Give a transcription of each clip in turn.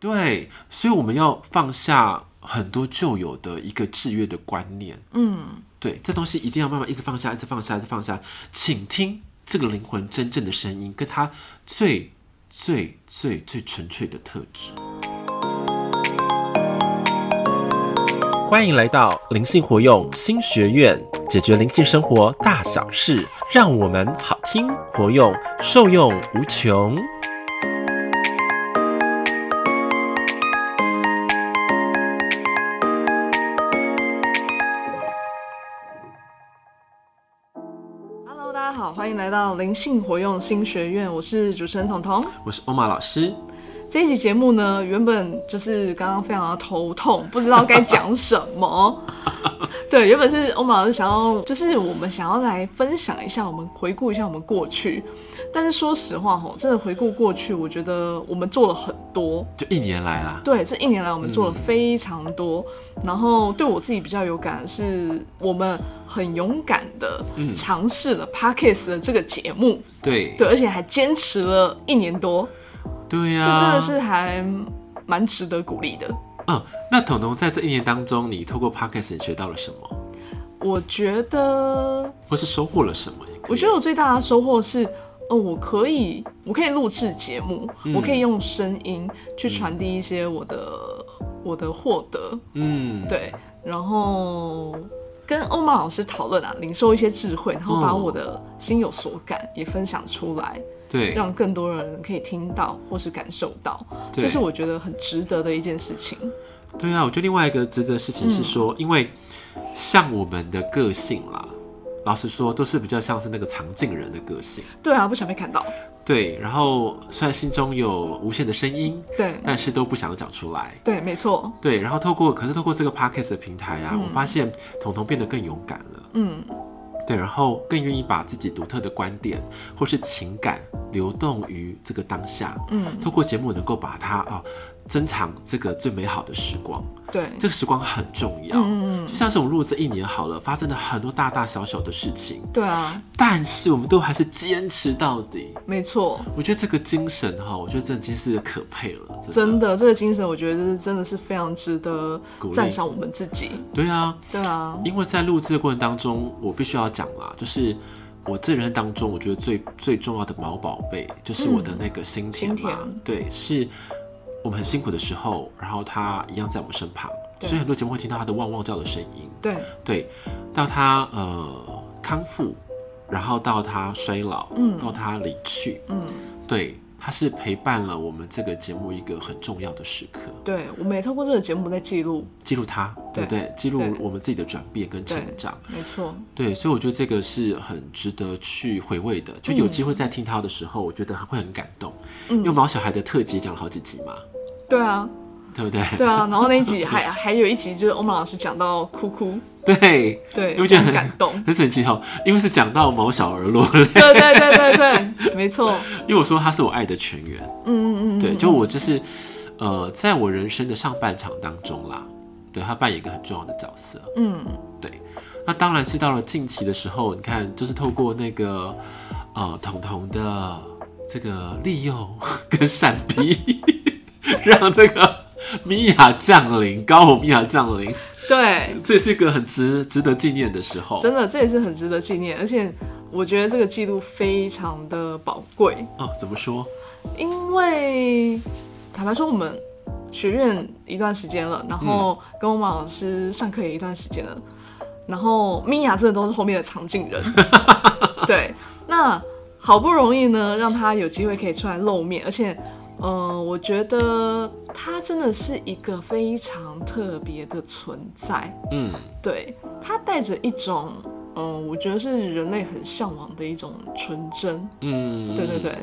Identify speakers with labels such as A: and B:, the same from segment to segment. A: 对，所以我们要放下很多旧有的一个制约的观念。
B: 嗯，
A: 对，这东西一定要慢慢一直放下，一直放下，一直放下，请听这个灵魂真正的声音，跟他最最最最纯粹的特质。欢迎来到灵性活用新学院，解决灵性生活大小事，让我们好听活用，受用无穷。
B: Hello，大家好，欢迎来到灵性活用新学院，我是主持人彤彤。
A: 我是欧玛老师，
B: 这一期节目呢，原本就是刚刚非常的头痛，不知道该讲什么。 对，原本是欧玛老师想要，就是我们想要来分享一下，我们回顾一下我们过去。但是说实话哈，真的回顾过去，我觉得我们做了很多。
A: 就一年来啦，
B: 对，这一年来我们做了非常多，然后对我自己比较有感的是，我们很勇敢的尝试了 Parkes 的这个节目，
A: 对
B: 对，而且还坚持了一年多，
A: 对呀、
B: 这真的是还蛮值得鼓励的。
A: 嗯，那彤彤在这一年当中，你透过 podcast 你学到了什么，
B: 我觉得，
A: 或是收获了什么也可以？
B: 我觉得我最大的收获是。哦，我可以，我可以录制节目，我可以用声音去传递一些我的、我的获得，
A: 嗯，
B: 对，然后跟欧玛老师讨论啊，领受一些智慧，然后把
A: 哦
B: 我的心有所感也分享出来，
A: 对
B: 让更多人可以听到或是感受到，
A: 对
B: 这是我觉得很值得的一件事情。
A: 对啊，我觉得另外一个值得的事情
B: 嗯
A: 是说，因为像我们的个性啦，老实说都是比较像是那个藏镜人的个性，
B: 对啊，不想被看到，
A: 对。然后虽然心中有无限的声音，
B: 对
A: 但是都不想讲出来。
B: 对，没错，
A: 对，然后透过可是透过这个 podcast 的平台啊，我发现彤彤变得更勇敢了，
B: 嗯，
A: 对，然后更愿意把自己独特的观点或是情感流动于这个当下，
B: 嗯，
A: 透过节目能够把它啊、珍藏这个最美好的时光，
B: 对，
A: 这个时光很重要，
B: 嗯嗯嗯嗯
A: 就像是我们录这一年好了，发生了很多大大小小的事情，
B: 对啊，
A: 但是我们都还是坚持到底，
B: 没错。
A: 我觉得这个精神哈，我觉得真的已经是可佩了，真的，
B: 真的，这个精神我觉得真的是非常值得
A: 鼓励
B: 赞赏我们自己。
A: 对啊，
B: 对啊，
A: 因为在录制的过程当中，我必须要讲啦，就是我这人当中，我觉得
B: 嗯
A: 最最重要的毛宝贝，就是我的那个心田
B: 心
A: 嘛。
B: 田
A: 对，是我们很辛苦的时候，然后他一样在我们身旁，
B: 对
A: 所以很多节目会听到他的汪汪叫的声音。
B: 对，
A: 对，到他呃康复，然后到他衰老，
B: 嗯
A: 到他离去，
B: 嗯，
A: 对，他是陪伴了我们这个节目一个很重要的时刻，
B: 对，我们也透过这个节目在记录，
A: 记录他，对不
B: 对
A: 对？记录
B: 对
A: 我们自己的转变跟成长。
B: 没错，
A: 对，所以我觉得这个是很值得去回味的。就有机会再听他的时候，我觉得会很感动。因为毛小孩的特辑讲了好几集嘛，
B: 对啊，
A: 对不对？
B: 对啊，然后那一集还还有一集就是欧玛老师讲到哭哭，
A: 对，
B: 对，
A: 因为觉得
B: 我很
A: 很。
B: 感动
A: 很神奇哦，因为是讲到毛小儿落泪，
B: 对对对对对，没错，
A: 因为我说他是我爱的全员。
B: 嗯嗯嗯，
A: 对，就我就是，呃，在我人生的上半场当中啦，对他扮演一个很重要的角色。
B: 嗯，
A: 对，那当然是到了近期的时候，你看，就是透过那个呃彤彤的这个利用跟闪避， 让这个米娅降临，高我米娅降临，
B: 对，
A: 这是一个很值值得纪念的时候。
B: 真的这也是很值得纪念，而且我觉得这个记录非常的宝贵，
A: 哦，怎么说？
B: 因为坦白说我们。学院一段时间了，然后跟欧玛老师上课也一段时间了，然后米娅真的都是后面的常进人，对，那好不容易呢，让他有机会可以出来露面，而且，呃，我觉得他真的是一个非常特别的存在，
A: 嗯，
B: 对他带着一种，嗯、我觉得是人类很向往的一种纯真，
A: 嗯，
B: 对对，对，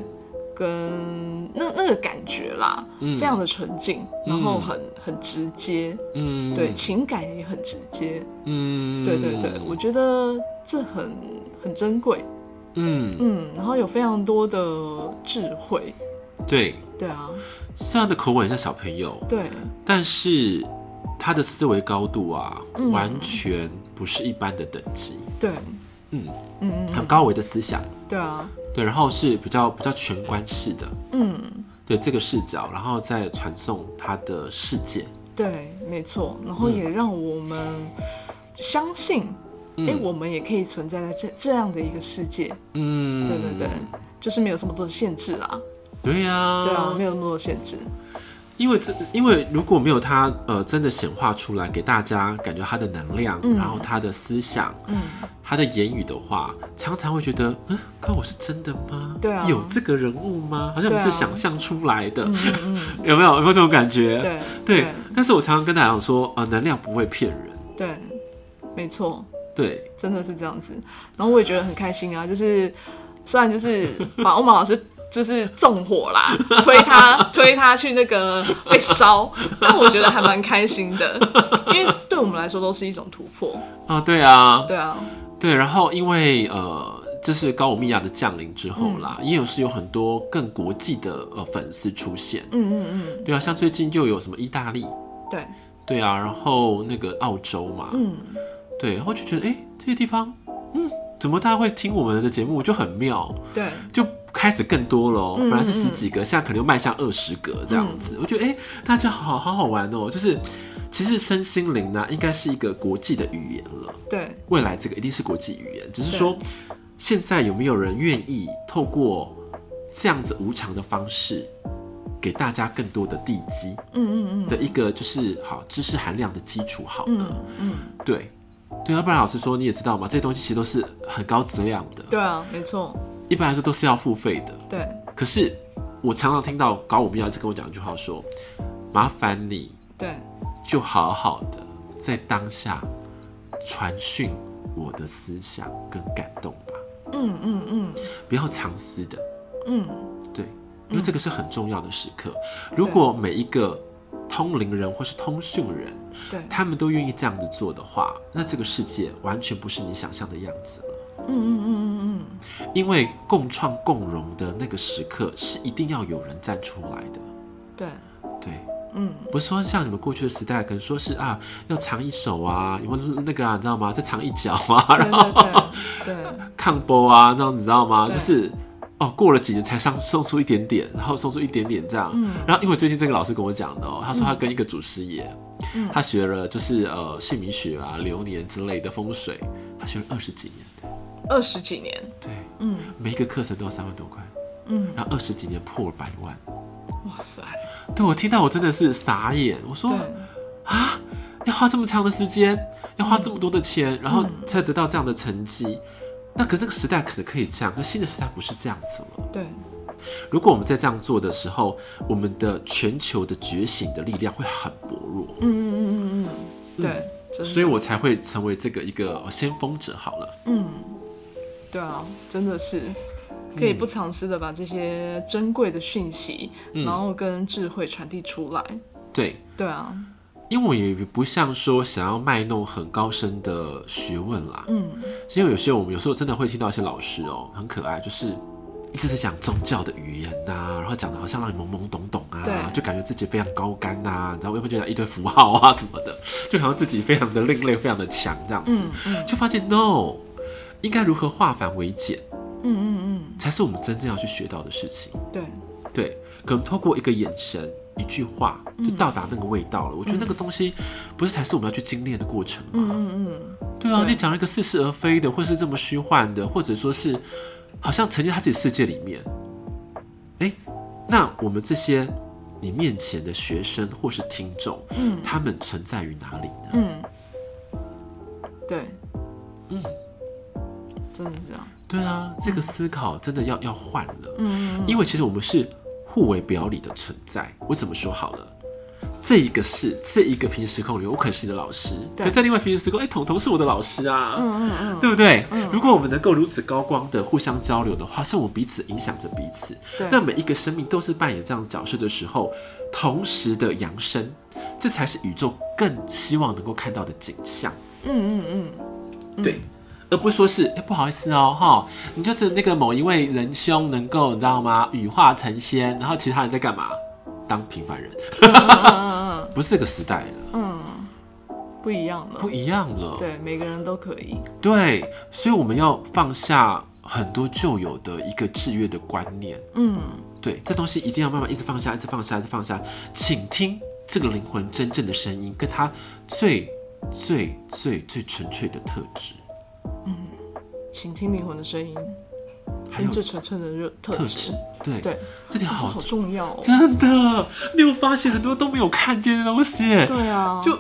B: 跟那那个感觉啦，
A: 嗯
B: 非常的纯净，然后很很直接，
A: 嗯，
B: 对，，情感也很直接，
A: 嗯，
B: 对对对，我觉得这很很珍贵，
A: 嗯，
B: 嗯，然后有非常多的智慧，
A: 对，
B: 对啊，
A: 虽然的口吻很像小朋友，
B: 对
A: 但是他的思维高度啊，
B: 嗯
A: 完全不是一般的等级，
B: 对，
A: 嗯
B: 嗯嗯，
A: 很高维的思想，
B: 对啊，
A: 对，然后是比较比较全观式的，
B: 嗯，
A: 对这个视角，然后再传送他的世界。
B: 对，没错。然后也让我们相信，哎、
A: 嗯
B: 我们也可以存在在这这样的一个世界。
A: 嗯，嗯
B: 对对对，就是没有这么多的限制啦。
A: 对呀、
B: 对啊，没有那么多的限制。
A: 因为这，因为如果没有他，呃，真的显化出来给大家感觉他的能量，
B: 嗯
A: 然后他的思想，
B: 嗯，
A: 他的言语的话，常常会觉得，嗯，可我是真的吗？
B: 对啊
A: 有这个人物吗？好像不
B: 对
A: 是
B: 啊
A: 想象出来的，
B: 嗯嗯嗯，
A: 有没有？有没有这种感 觉？
B: 对
A: 对
B: 对
A: 但是我常常跟大家讲说，呃，能量不会骗人，
B: 对，没错。
A: 对，
B: 真的是这样子。然后我也觉得很开心啊，就是虽然就是把欧马老师就是纵火啦，推他推他去那个被烧，但我觉得还蛮开心的，因为对我们来说都是一种突破。
A: 啊、对啊，
B: 对啊，
A: 对，然后因为呃，这是高武密亚的降临之后啦，
B: 嗯
A: 也有是有很多更国际的呃粉丝出现，
B: 嗯嗯嗯，
A: 对啊，像最近就有什么意大利，
B: 对，
A: 对啊，然后那个澳洲嘛，
B: 嗯，
A: 对，然后就觉得哎、诶这些地方，嗯，怎么大家会听我们的节目就很妙，
B: 对，
A: 就开始更多了哦、
B: 嗯
A: 本来是十几个，现在可能又迈向二十个这样子，我觉得哎、诶大家好好好玩哦、就是其实身心灵呢、应该是一个国际的语言了。
B: 对，
A: 未来这个一定是国际语言，只是说现在有没有人愿意透过这样子无偿的方式，给大家更多的地基
B: 嗯嗯嗯
A: 的一个就是好知识含量的基础好呢？
B: 嗯嗯，
A: 对。对，啊要不然老师说你也知道嘛，这些东西其实都是很高质量的，
B: 对啊，没错，
A: 一般来说都是要付费的。
B: 对，
A: 可是我常常听到搞我们要一直跟我讲一句话说，麻烦你
B: 对，
A: 就好好的在当下传讯我的思想跟感动吧。
B: 嗯嗯嗯
A: 不要藏私的，
B: 嗯，
A: 对，因为这个是很重要的时刻。如果每一个通灵人或是通讯人，
B: 对，
A: 他们都愿意这样子做的话，那这个世界完全不是你想象的样子了。
B: 嗯嗯嗯嗯
A: 因为共创共荣的那个时刻，是一定要有人站出来的，
B: 嗯，对，
A: 对。
B: 嗯，
A: 不是说像你们过去的时代，可能说是啊，要藏一手啊，有没有那个啊，你知道吗？再藏一脚 啊，
B: 对
A: 然后
B: 对对对，
A: 抗波啊，这样子知道吗？
B: 对
A: 就是哦，过了几年才上送出一点点，然后送出一点点这样。
B: 嗯
A: 然后因为最近这个老师跟我讲的哦，他说他跟一个祖师爷，
B: 嗯
A: 他学了就是呃姓名学啊、流年之类的风水，他学了二十几年，
B: 二十几年，
A: 对，
B: 嗯
A: 每一个课程都要三万多块，
B: 嗯，
A: 然后二十几年破了百万。
B: 哇塞，
A: 对我听到我真的是傻眼，我说啊
B: 对。
A: 要花这么长的时间，要花这么多的
B: 嗯
A: 钱，然后才得到这样的成绩。那可是那个时代可能可以这样，可新的时代不是这样子了。
B: 对，
A: 如果我们在这样做的时候，我们的全球的觉醒的力量会很薄弱，
B: 嗯嗯嗯嗯嗯，对，真的
A: 所以我才会成为这个一个先锋者。好了，
B: 嗯，对啊，真的是可
A: 嗯
B: 以不藏私的把这些珍贵的讯息，
A: 嗯
B: 然后跟智慧传递出来。
A: 对，
B: 对啊，
A: 因为我也不像说想要卖弄很高深的学问啦，
B: 嗯，
A: 因为有些我们有时候真的会听到一些老师哦、很可爱，就是。一直在讲宗教的语言呐、然后讲的好像让你懵懵懂懂啊，
B: 对
A: 就感觉自己非常高干呐、然后要不然就讲一堆符号啊什么的，就好像自己非常的另类，非常的强这样子，
B: 嗯嗯
A: 就发现 no，应该如何化繁为简，
B: 嗯嗯
A: 才是我们真正要去学到的事情。
B: 嗯，对，
A: 对，可能透过一个眼神、一句话，
B: 嗯
A: 就到达那个味道了。我觉得那个东西，不是才是我们要去精炼的过程吗？
B: 嗯嗯
A: 对啊，
B: 对
A: 你讲了一个似是而非的，或是这么虚幻的，或者说是好像沉浸在他自己世界里面。哎，那我们这些你面前的学生或是听众，
B: 嗯
A: 他们存在于哪里呢？
B: 嗯，对，嗯，真的是这样。
A: 对啊，这个思考真的要要换了。
B: 嗯
A: 因为其实我们是互为表里的存在。我怎么说好了？这一个是这一个平行时空里，我可能是你的老师，
B: 对
A: 可在另外平行时空，哎、彤彤是我的老师啊，
B: 嗯嗯嗯，
A: 对不对？如果我们能够如此高光的互相交流的话，是我们彼此影响着彼此。
B: 对
A: 那每一个生命都是扮演这样的角色的时候，同时的扬升，这才是宇宙更希望能够看到的景象。
B: 嗯嗯
A: 对，而不是说是哎、诶不好意思哦哈，你就是那个某一位仁兄能够你知道吗？羽化成仙，然后其他人在干嘛？当平凡人，
B: 嗯
A: 不是这个时代了，
B: 嗯，不一样了
A: 不。一样了。
B: 对，每个人都可以。
A: 对，所以我们要放下很多旧有的一个制约的观念。
B: 嗯，
A: 对，这东西一定要慢慢一直放下，一直放下，一直放下。请听这个灵魂真正的声音，跟他最最最最纯粹的特质，
B: 请听灵魂的声音，
A: 还有
B: 跟最纯粹的热特
A: 特
B: 质
A: 质。。对，
B: 对，
A: 这点
B: 这
A: 好
B: 好重要哦。
A: 真的，你有发现很多都没有看见的东西耶，
B: 对啊，
A: 就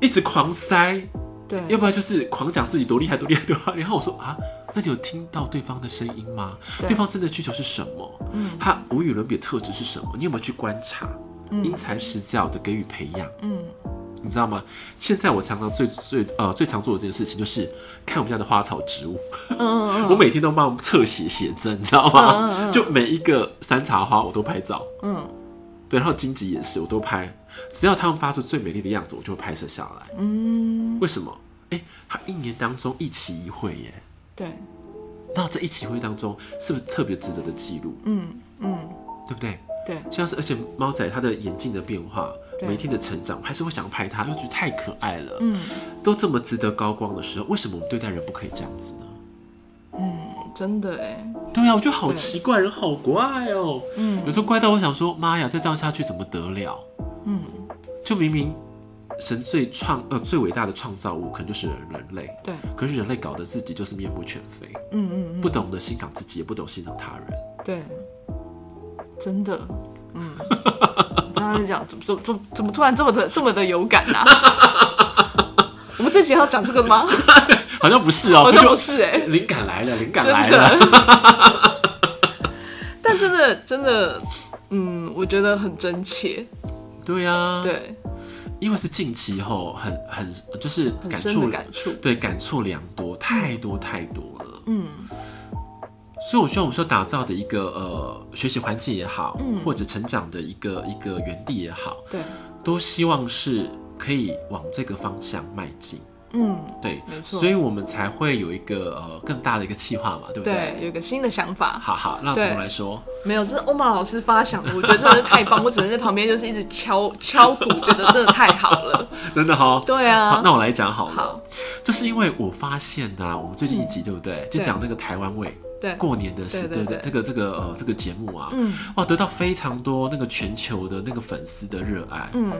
A: 一直狂塞，
B: 对，
A: 要不然就是狂讲自己多厉害多厉害多厉害。 然后我说啊，那你有听到对方的声音吗？
B: 对
A: 对方真的需求是什么？
B: 嗯
A: 他无与伦比的特质是什么？你有没有去观察？因材施教的给予培养，
B: 嗯，
A: 你知道吗？现在我常常最最呃最常做的这件事情就是看我们家的花草植物。
B: 嗯嗯
A: 我每天都帮我们侧写写真，你知道吗？
B: 嗯嗯嗯
A: 就每一个山茶花我都拍照，
B: 嗯
A: 对，然后荆棘也是我都拍，只要他们发出最美丽的样子，我就会拍摄下来。
B: 嗯，
A: 为什么？哎、他一年当中一期一会耶，
B: 对，
A: 那这一期一会当中是不是特别值得的记录？
B: 嗯嗯
A: 对不对？
B: 对，
A: 像是而且猫仔它的眼镜的变化，
B: 对
A: 每天的成长，我还是会想拍它，因为觉得太可爱了。
B: 嗯
A: 都这么值得高光的时候，为什么我们对待人不可以这样子呢？
B: 嗯，真的哎，
A: 对啊，我觉得好
B: 对
A: 奇怪，人好怪哦、
B: 嗯
A: 有时候怪到我想说，妈呀，再这样下去怎么得了？
B: 嗯，
A: 就明明神最创呃最伟大的创造物，可能就是人类，
B: 对，
A: 可是人类搞得自己就是面目全非，
B: 嗯嗯
A: 不懂得欣赏自己，也不懂欣赏他人。
B: 嗯，对，真的，嗯，刚刚讲怎么怎么怎么怎么突然这么的这么的有感 啊？我们这集要讲这个 吗？
A: 好像不是哦、
B: 好
A: 不
B: 像
A: 就
B: 不是哎、
A: 灵感来了，灵感来
B: 真
A: 了。
B: 的。但真的真的，嗯，我觉得很真切，
A: 对啊，，
B: 对，
A: 因为是近期后，很很就是
B: 很
A: 感
B: 深
A: 触
B: 的感触，
A: 对感触良多，太多太多了。
B: 嗯
A: 所以我希望我们说打造的一个呃学习环境也好，
B: 嗯
A: 或者成长的一个一个园地也好，
B: 对，
A: 都希望是可以往这个方向迈进。
B: 嗯，
A: 对，
B: 没错
A: 所以我们才会有一个呃更大的一个计划嘛，对不
B: 对，有一个新的想法，
A: 好好，让
B: 对
A: 彤来说，
B: 没有，这是欧玛老师发想的，我觉得真的是太棒，我只能在旁边就是一直敲敲鼓，觉得真的太好了，
A: 真的哈、
B: 对
A: 好，
B: 啊，
A: 那我来讲好了，
B: 好，
A: 就是因为我发现呐、我们最近一集对不对，就
B: 对
A: 讲那个台湾味
B: 嗯对，
A: 过年的事，
B: 对对
A: 对不对？
B: 对
A: 这个这个呃这个节目啊，
B: 嗯
A: 哇，得到非常多那个全球的那个粉丝的热爱，
B: 嗯，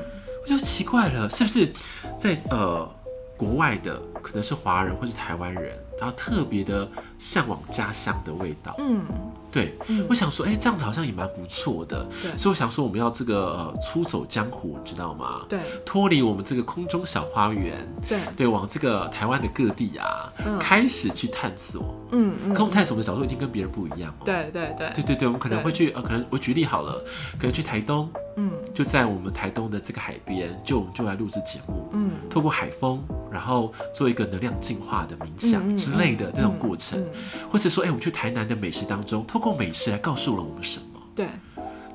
A: 我就奇怪了，是不是在呃国外的可能是华人或是台湾人，然后特别的向往家乡的味道？
B: 嗯，
A: 对，
B: 嗯
A: 我想说，哎、这样子好像也蛮不错的，
B: 对
A: 所以我想说，我们要这个呃出走江湖，你知道吗？
B: 对
A: 脱离我们这个空中小花园，
B: 对，
A: 对，往这个台湾的各地啊，
B: 嗯
A: 开始去探索。
B: 嗯
A: 可我
B: 嗯，
A: 们探索的角度一定跟别人不一样哦。
B: 对对对，
A: 对对对，我们可能会去呃，可能我举例好了，可能去台东，
B: 嗯
A: 就在我们台东的这个海边，就我们就来录制节目，
B: 嗯
A: 透过海风，然后做一个能量净化的冥
B: 嗯
A: 想
B: 嗯
A: 之类的这种过程，
B: 嗯，
A: 或者说，哎、我们去台南的美食当中，透过美食来告诉了我们什么。
B: 对，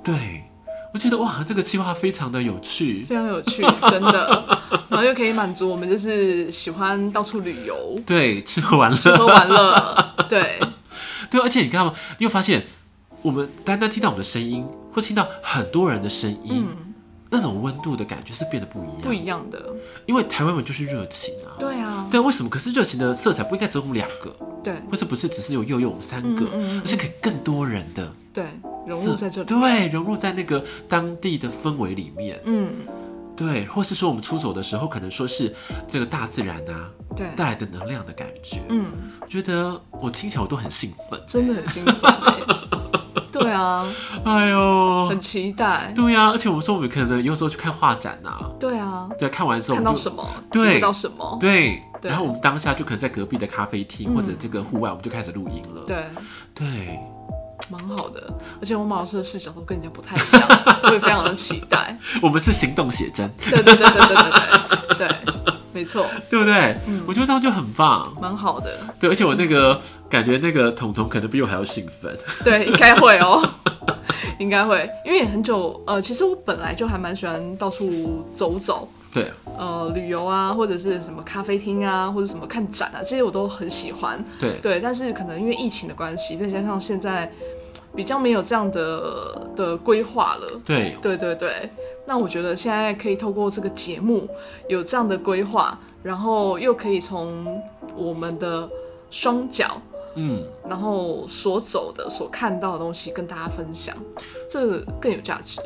A: 对，我觉得哇，这个计划非常的有趣。
B: 非常有趣，真的，然后又可以满足我们就是喜欢到处旅游、
A: 对，吃喝玩
B: 吃
A: 乐，
B: 喝玩乐，对
A: 对，啊而且你看嘛，你有发现，我们单单听到我们的声音，或听到很多人的声音，那种温度的感觉是变得不一样。
B: 嗯不一样的，
A: 因为台湾人就是热情啊。
B: 对啊，
A: 对，为什么？可是热情的色彩不应该只有我们两个，
B: 对
A: 或是不是只是有佑佑我们三个，
B: 嗯嗯嗯
A: 而是给更多人的
B: 对，融入
A: 色
B: 在这里，
A: 对，融入在那个当地的氛围里面，
B: 嗯，
A: 对，或是说我们出走的时候，可能说是这个大自然啊
B: 对，
A: 带来的能量的感觉，
B: 嗯。
A: 觉得我听起来我都很兴奋，
B: 真的很兴奋、 欸。对啊，
A: 哎呦，
B: 很期待。
A: 对啊呀、而且我们说我们可能有时候去看画展呐、啊，
B: 对啊，
A: 对啊，看完之后
B: 看到
A: 我们就
B: 什么，
A: 对
B: 听到什么，
A: 对，
B: 对
A: 然后我们当下就可能在隔壁的咖啡厅
B: 嗯
A: 或者这个户外，我们就开始录音了。
B: 对，
A: 对，
B: 蛮好的。而且我马老师的视角都跟人家不太一样，我也非常的期 待。
A: 我们是行动写真，
B: 对对对对对对对对，没错，
A: 对不对？
B: 嗯
A: 我觉得这样就很棒。
B: 蛮好的。
A: 对，而且我那个感觉那个彤彤可能比我还要兴奋。
B: 对，应该会哦。 应该会，因为也很久，呃，其实我本来就还蛮喜欢到处走走，
A: 对，
B: 呃，旅游啊，或者是什么咖啡厅啊，或者什么看展啊，这些我都很喜欢。
A: 对，
B: 对，但是可能因为疫情的关系，再加上现在比较没有这样的的规划了。
A: 对，
B: 对对对，那我觉得现在可以透过这个节目有这样的规划，然后又可以从我们的双脚
A: 嗯，
B: 然后所走的、所看到的东西跟大家分享，这个更有价值。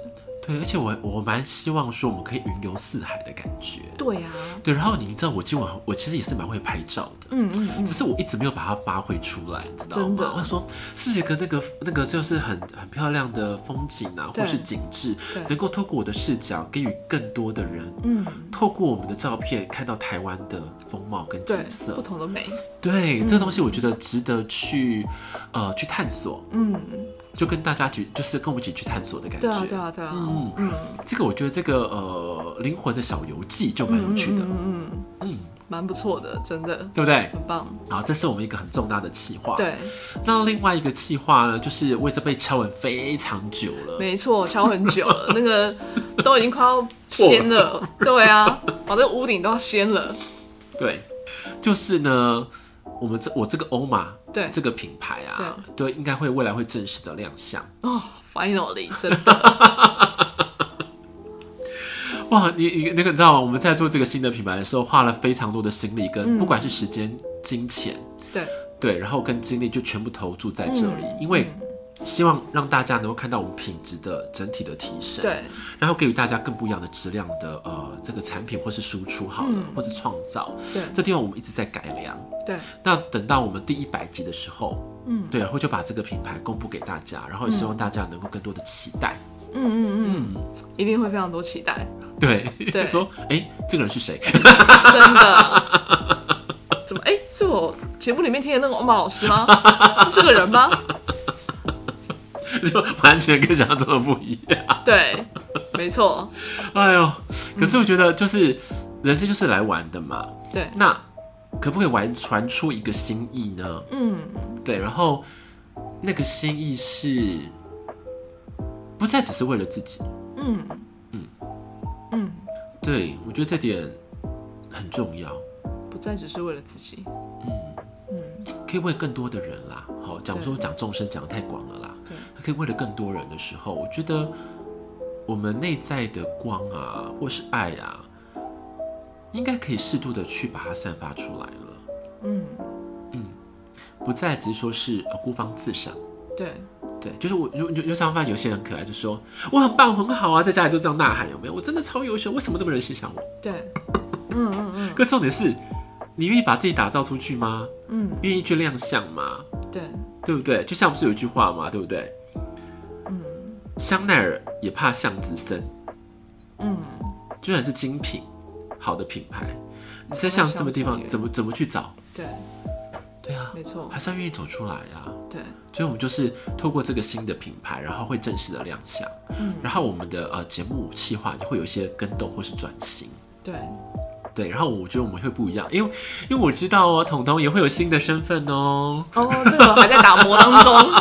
A: 对，而且我我蛮希望说我们可以云游四海的感觉。
B: 对呀、
A: 对，然后你知道我今晚我其实也是蛮会拍照的，
B: 嗯嗯嗯
A: 只，是我一直没有把它发挥出来，你知道
B: 真
A: 吗
B: 的？
A: 我想说是不是有个那个那个就是很很漂亮的风景啊，
B: 对
A: 或是景致，
B: 对
A: 能够透过我的视角给予更多的人，
B: 嗯，
A: 透过我们的照片看到台湾的风貌跟景
B: 对，不
A: 色。
B: 同的美，
A: 对，这个东西我觉得值得去呃去探索，
B: 嗯，
A: 就跟大家去就是跟我们一起去探索的感觉。
B: 对啊，对啊，对啊，
A: 嗯
B: 嗯，
A: 这个我觉得这个呃灵魂的小游记就蛮有
B: 嗯
A: 趣的，
B: 嗯嗯，
A: 嗯，
B: 蛮不错的，真的
A: 对不对？
B: 很棒。
A: 好，这是我们一个很重大的企划。。
B: 对，
A: 那另外一个企划呢，就是我也是被敲完非常久了，
B: 没错，敲很久了，那个都已经快要掀 了，对啊，把这个屋顶都要掀了，
A: 对，就是呢，我们这我这个欧玛
B: 对，
A: 这个品牌啊，对，应该会未来会正式的亮相。
B: 哦，finally，真的，
A: 哇，你你那个你知道吗？我们在做这个新的品牌的时候，花了非常多的心力跟
B: 嗯
A: 不管是时间、金钱，
B: 对，
A: 对，然后跟精力就全部投注在这里，
B: 嗯
A: 因为
B: 嗯
A: 希望让大家能够看到我们品质的整体的提升。。
B: 对，
A: 然后给予大家更不一样的质量的呃这个产品或是输出好了，
B: 嗯
A: 或是创造。
B: 对
A: 这地方我们一直在改良。
B: 对，
A: 那等到我们第一百集的时候，
B: 嗯
A: 对，然后就把这个品牌公布给大家，然后也希望大家能够更多的期待。
B: 嗯嗯嗯，一定会非常多期待，
A: 对，
B: 嗯 对
A: 说哎、诶这个人是谁？
B: 真的。 怎么？哎、是我节目里面听的那个欧玛老师吗？是这个人吗？
A: 就完全跟想象中的不一样。
B: 对，没错，
A: 哎呦，可是我觉得就是、人生就是来玩的嘛，
B: 对，
A: 那可不可以玩传出一个心意呢？
B: 嗯，
A: 对，然后那个心意是不再只是为了自己。
B: 嗯，
A: 嗯
B: 嗯，嗯，
A: 对，我觉得这点很重要，
B: 不再只是为了自己，嗯
A: 可以为更多的人啦。好，讲说讲众生讲得太广了啦，
B: 对，
A: 可以为了更多人的时候，我觉得我们内在的光啊，或是爱啊，应该可以适度的去把它散发出来了，
B: 嗯，
A: 不再只是说是呃孤芳自赏。
B: 对，
A: 对，就是我有有有想法，有些人很可爱，就说我很棒，我很好啊，在家里就这样呐喊，有没有？我真的超优秀，为什么那么多人欣赏我？
B: 对，嗯嗯嗯
A: 可重点是，你愿意把自己打造出去吗？
B: 嗯，
A: 愿意去亮相吗？
B: 对，
A: 对不对？就像不是有一句话嘛，对不对？
B: 嗯
A: 香奈儿也怕巷子深，
B: 嗯，
A: 就算是精品、好的品牌，你在像什么地
B: 巷子
A: 方
B: 里
A: 怎么怎么去找？
B: 对，
A: 对啊，
B: 没错，
A: 还是要愿意走出来啊。
B: 对，
A: 所以我们就是透过这个新的品牌，然后会正式的亮相，
B: 嗯
A: 然后我们的呃节目企划就会有一些跟动或是转型。
B: 对，
A: 对，然后我觉得我们会不一样，因为因为我知道哦，彤彤也会有新的身份哦，
B: 哦，这个还在打磨当中，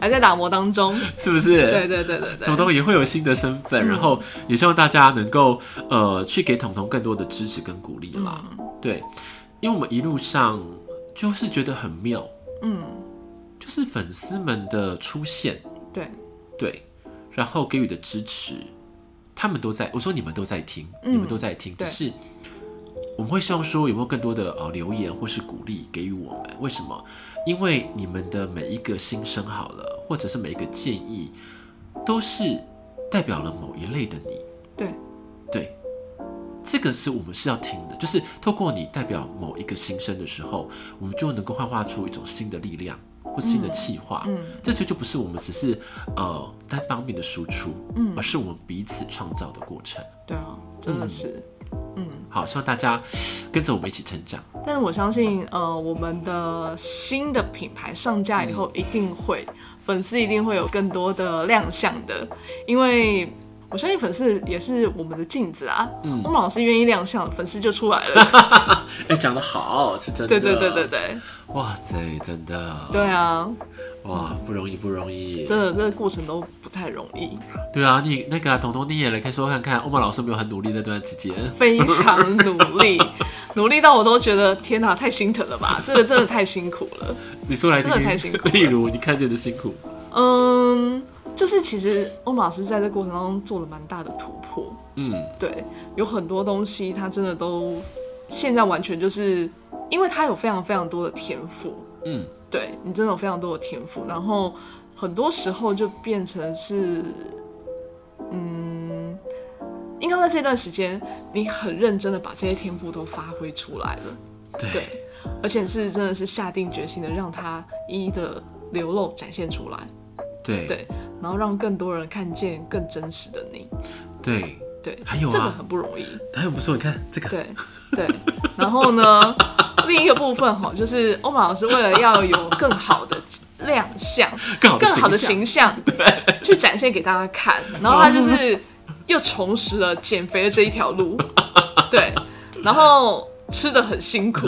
B: 还在打磨当中，
A: 是不是？
B: 对对对对对，嗯
A: 彤彤也会有新的身份，然后也希望大家能够呃去给彤彤更多的支持跟鼓励啦。
B: 嗯
A: 对，因为我们一路上就是觉得很妙，
B: 嗯，
A: 就是粉丝们的出现，
B: 对，
A: 对，然后给予的支持，他们都在。我说你们都在听，
B: 嗯
A: 你们都在听，只
B: 对
A: 是我们会希望说有没有更多的呃留言或是鼓励给予我们？为什么？因为你们的每一个心声好了，或者是每一个建议，都是代表了某一类的你。
B: 对，
A: 对，这个是我们是要听的，就是透过你代表某一个心声的时候，我们就能够幻化出一种新的力量或新的气化。
B: 嗯
A: 这就就不是我们只是呃单方面的输出，
B: 嗯
A: 而是我们彼此创造的过程。
B: 对啊，真的是，嗯
A: 好，希望大家跟着我们一起成长。
B: 但是我相信，呃，我们的新的品牌上架以后，一定会、粉丝一定会有更多的亮相的，因为我相信粉丝也是我们的镜子啊。嗯，我们老师愿意亮相，粉丝就出来 了。
A: 哎、讲得好，是真的。
B: 对对对对，对啊
A: 哇塞，真的，
B: 对啊，
A: 哇，不容易，不容易。
B: 真的这个过程都不太容易，
A: 对啊，你那个啊彤、彤，你也来可以说看看，欧曼老师有没有很努力在这段期间。
B: 非常努力，努力到我都觉得天哪，太心疼了吧！这个真的太辛苦了。
A: 你说来听
B: 真的太辛苦
A: 听，
B: 了
A: 例如你看见的辛苦，
B: 嗯，就是其实欧马老师在这过程当中做了蛮大的突破。
A: 嗯。
B: 对，有很多东西他真的嗯都现在完全就是，因为他有非常非常多的天赋，
A: 嗯，
B: 对你真的有非常多的天赋，然后很多时候就变成是，嗯，应该在这段时间，你很认真的把这些天赋都发挥出来了，
A: 对
B: 对，而且是真的是下定决心的让它一一的流露展现出来，
A: 对
B: 对，然后让更多人看见更真实的你，
A: 对哎
B: 对，
A: 还有啊
B: 这个很不容易，
A: 还很不错，你看这个，
B: 对对，然后呢，另一个部分哈，就是欧玛老师为了要有更好的亮相、
A: 更好的
B: 更好的
A: 哦象
B: 形象，对，去展现给大家看，然后他就是又重拾了减肥的这一条路，对，然后。吃的很辛苦，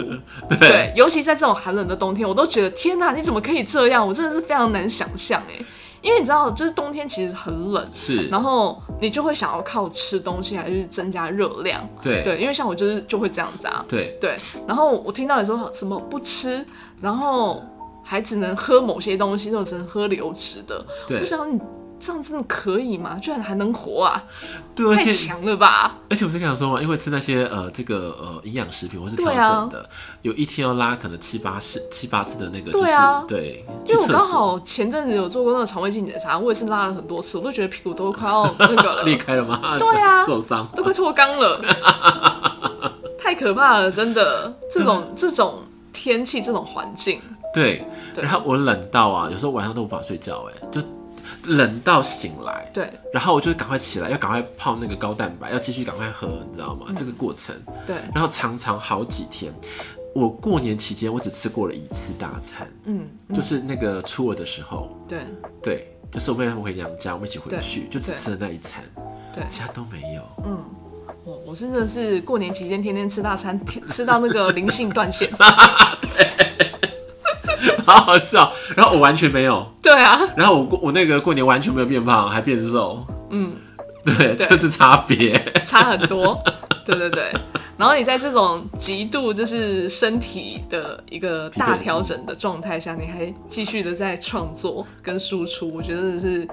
B: 对，尤其在这种寒冷的冬天，我都觉得天哪，你怎么可以这样？我真的是非常难想象哎，因为你知道，就是冬天其实很冷，
A: 是，
B: 然后你就会想要靠吃东西来去增加热量，
A: 对
B: 对，因为像我就是就会这样子啊，
A: 对
B: 对。然后我听到你说什么不吃，然后还只能喝某些东西，就只能喝流质的。
A: 对
B: 我想你这样真的可以吗？居然还能活啊，
A: 对，而
B: 太
A: 且
B: 强了吧？
A: 而且我就跟他说嘛，因为吃那些呃这个呃营养食品或是调
B: 对啊
A: 整的，有一天要拉可能七八次七八次的那个，就
B: 对
A: 是
B: 啊
A: 对，去
B: 因为我
A: 厕
B: 刚
A: 所
B: 好前阵子有做过那个肠胃镜检查，我也是拉了很多次，我都觉得屁股都快 要那个了，
A: 裂开了吗？
B: 对啊
A: 受伤，
B: 都快脱肛了， 太可怕了，真的。这
A: 嗯
B: 种这种天气，这种环境，
A: 对，
B: 对
A: 然后我冷到啊，有时候晚上都无法睡觉，哎，就冷到醒来，
B: 对
A: 然后我就赶快起来，要赶快泡那个高蛋白，要继续赶快喝，你知道吗？
B: 嗯
A: 这个过程，
B: 对，
A: 然后常常好几天。我过年期间，我只吃过了一次大餐，
B: 嗯，
A: 就是那个初二的时候，
B: 对
A: 对，就是我妹回娘家，我们一起回去，就只吃了那一餐，
B: 对。
A: 其他都没有。
B: 我我真的是过年期间天天吃大餐，天吃到那个灵性 断线。
A: 好好笑。然后我完全没有，
B: 对啊，
A: 然后我过我那个过年完全没有变胖，还变瘦。
B: 嗯，
A: 对，
B: 对
A: 这是差别。
B: 差很多。 对对对，然后你在这种极度就是身体的一个大调整的状态下，你还继续的在创作跟输出，我觉得真的是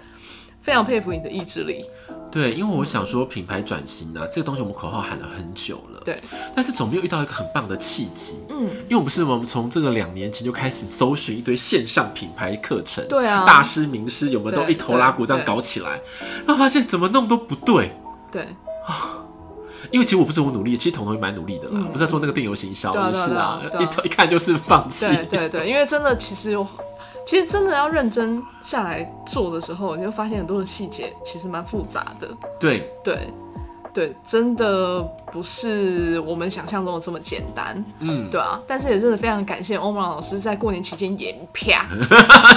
B: 非常佩服你的意志力。
A: 对，因为我想说品牌转型啊，这个东西我们口号喊了很久了，
B: 对，
A: 但是总没有遇到一个很棒的契机。
B: 嗯，
A: 因为我们是我们从这个两年前就开始搜寻一堆线上品牌课程，
B: 对啊
A: 大师名师有没有都
B: 对
A: 一头拉骨这样
B: 对
A: 搞起来，然后发现怎么弄都不对。
B: 对，
A: 因为其实我不是我努力，其实彤彤也蛮努力的啦，
B: 嗯
A: 不是在做那个电邮行销
B: 对啊
A: 也是啊
B: 对啊，对
A: 一
B: 啊
A: 一看就是放弃。
B: 对对对，因为真的其实有，其实真的要认真下来做的时候，你就发现很多的细节其实蛮复杂的。
A: 对
B: 对，对，真的不是我们想象中的这么简单，
A: 嗯，
B: 对啊。但是也真的非常感谢欧盟老师在过年期间眼啪，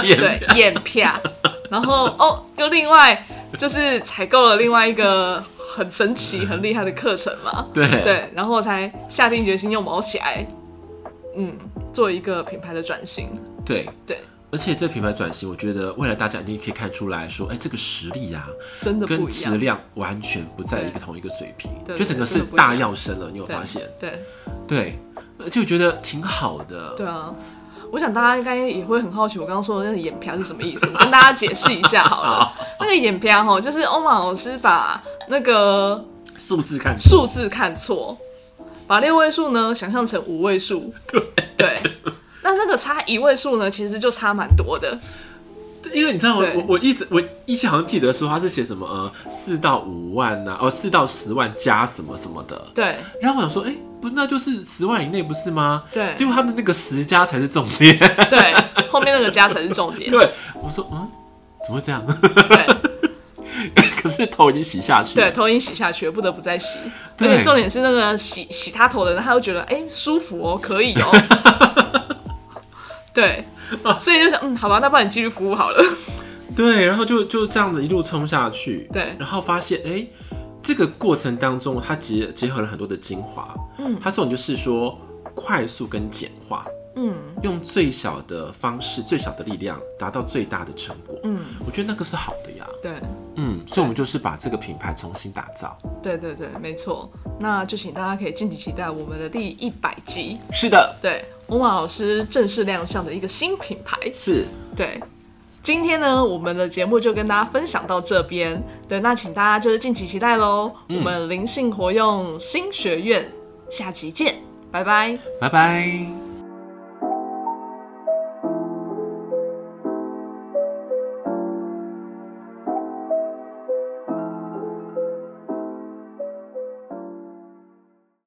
A: 也
B: 对，眼啪。然后哦，又另外就是采购了另外一个很神奇、很厉害的课程嘛，
A: 嗯对
B: 对，然后我才下定决心又毛起来，嗯，做一个品牌的转型，
A: 对
B: 对，
A: 而且这品牌转型，我觉得未来大家一定可以看出来说，哎、这个实力啊，
B: 真的
A: 跟
B: 不一
A: 质
B: 样，
A: 量完全不在一个
B: 对
A: 同一个水平，
B: 对
A: 就整个
B: 真
A: 是
B: 的不一样
A: 大要升了，你有
B: 对
A: 发现？
B: 对。
A: 对，而且我觉得挺好的。
B: 对啊，我想大家应该也会很好奇我刚刚说的那个眼啪是什么意思，我跟大家解释一下 好了。那个眼啪哈，就是欧玛老师把那个
A: 数字看出
B: 数字看错，把六位数呢想象成五位数，对。那这个差一位数呢，其实就差蛮多的。
A: 对因为你知道我
B: 对
A: 我我一直我一直好像记得说他是写什么呃四到五万呐、哦四到十万加什么什么的，
B: 对
A: 然后我想说，哎、不那就是十万以内不是吗？
B: 对嗯
A: 结果他的那个十加才是重点。
B: 对，后面那个加才是重点。
A: 对，我说嗯，怎么会这样？
B: 对
A: 可是头已经洗下去了。
B: 对，头已经洗下去了，不得不再洗。
A: 对
B: 而且重点是那个洗洗他头的人，他会觉得哎、舒服哦，可以哦。 对，所以就想嗯，好吧，那不然你继续服务好了。
A: 对，然后就就这样子一路冲下去，
B: 对
A: 然后发现哎、诶这个过程当中，它结结合了很多的精华，嗯，它重点就是说快速跟简化，
B: 嗯
A: 用最小的方式、最小的力量达到最大的成果，
B: 嗯，
A: 我觉得那个是好的呀，
B: 对
A: 嗯，所以我们就是把这个品牌重新打造，
B: 对对对，没错。那就请大家可以敬请期待我们的第一百集，
A: 是的，
B: 对欧玛老师正式亮相的一个新品牌。
A: 是，
B: 对。今天呢，我们的节目就跟大家分享到这边。对，那请大家就是敬请期待喽。我们灵性活用新学院下集见，拜拜。
A: 拜拜。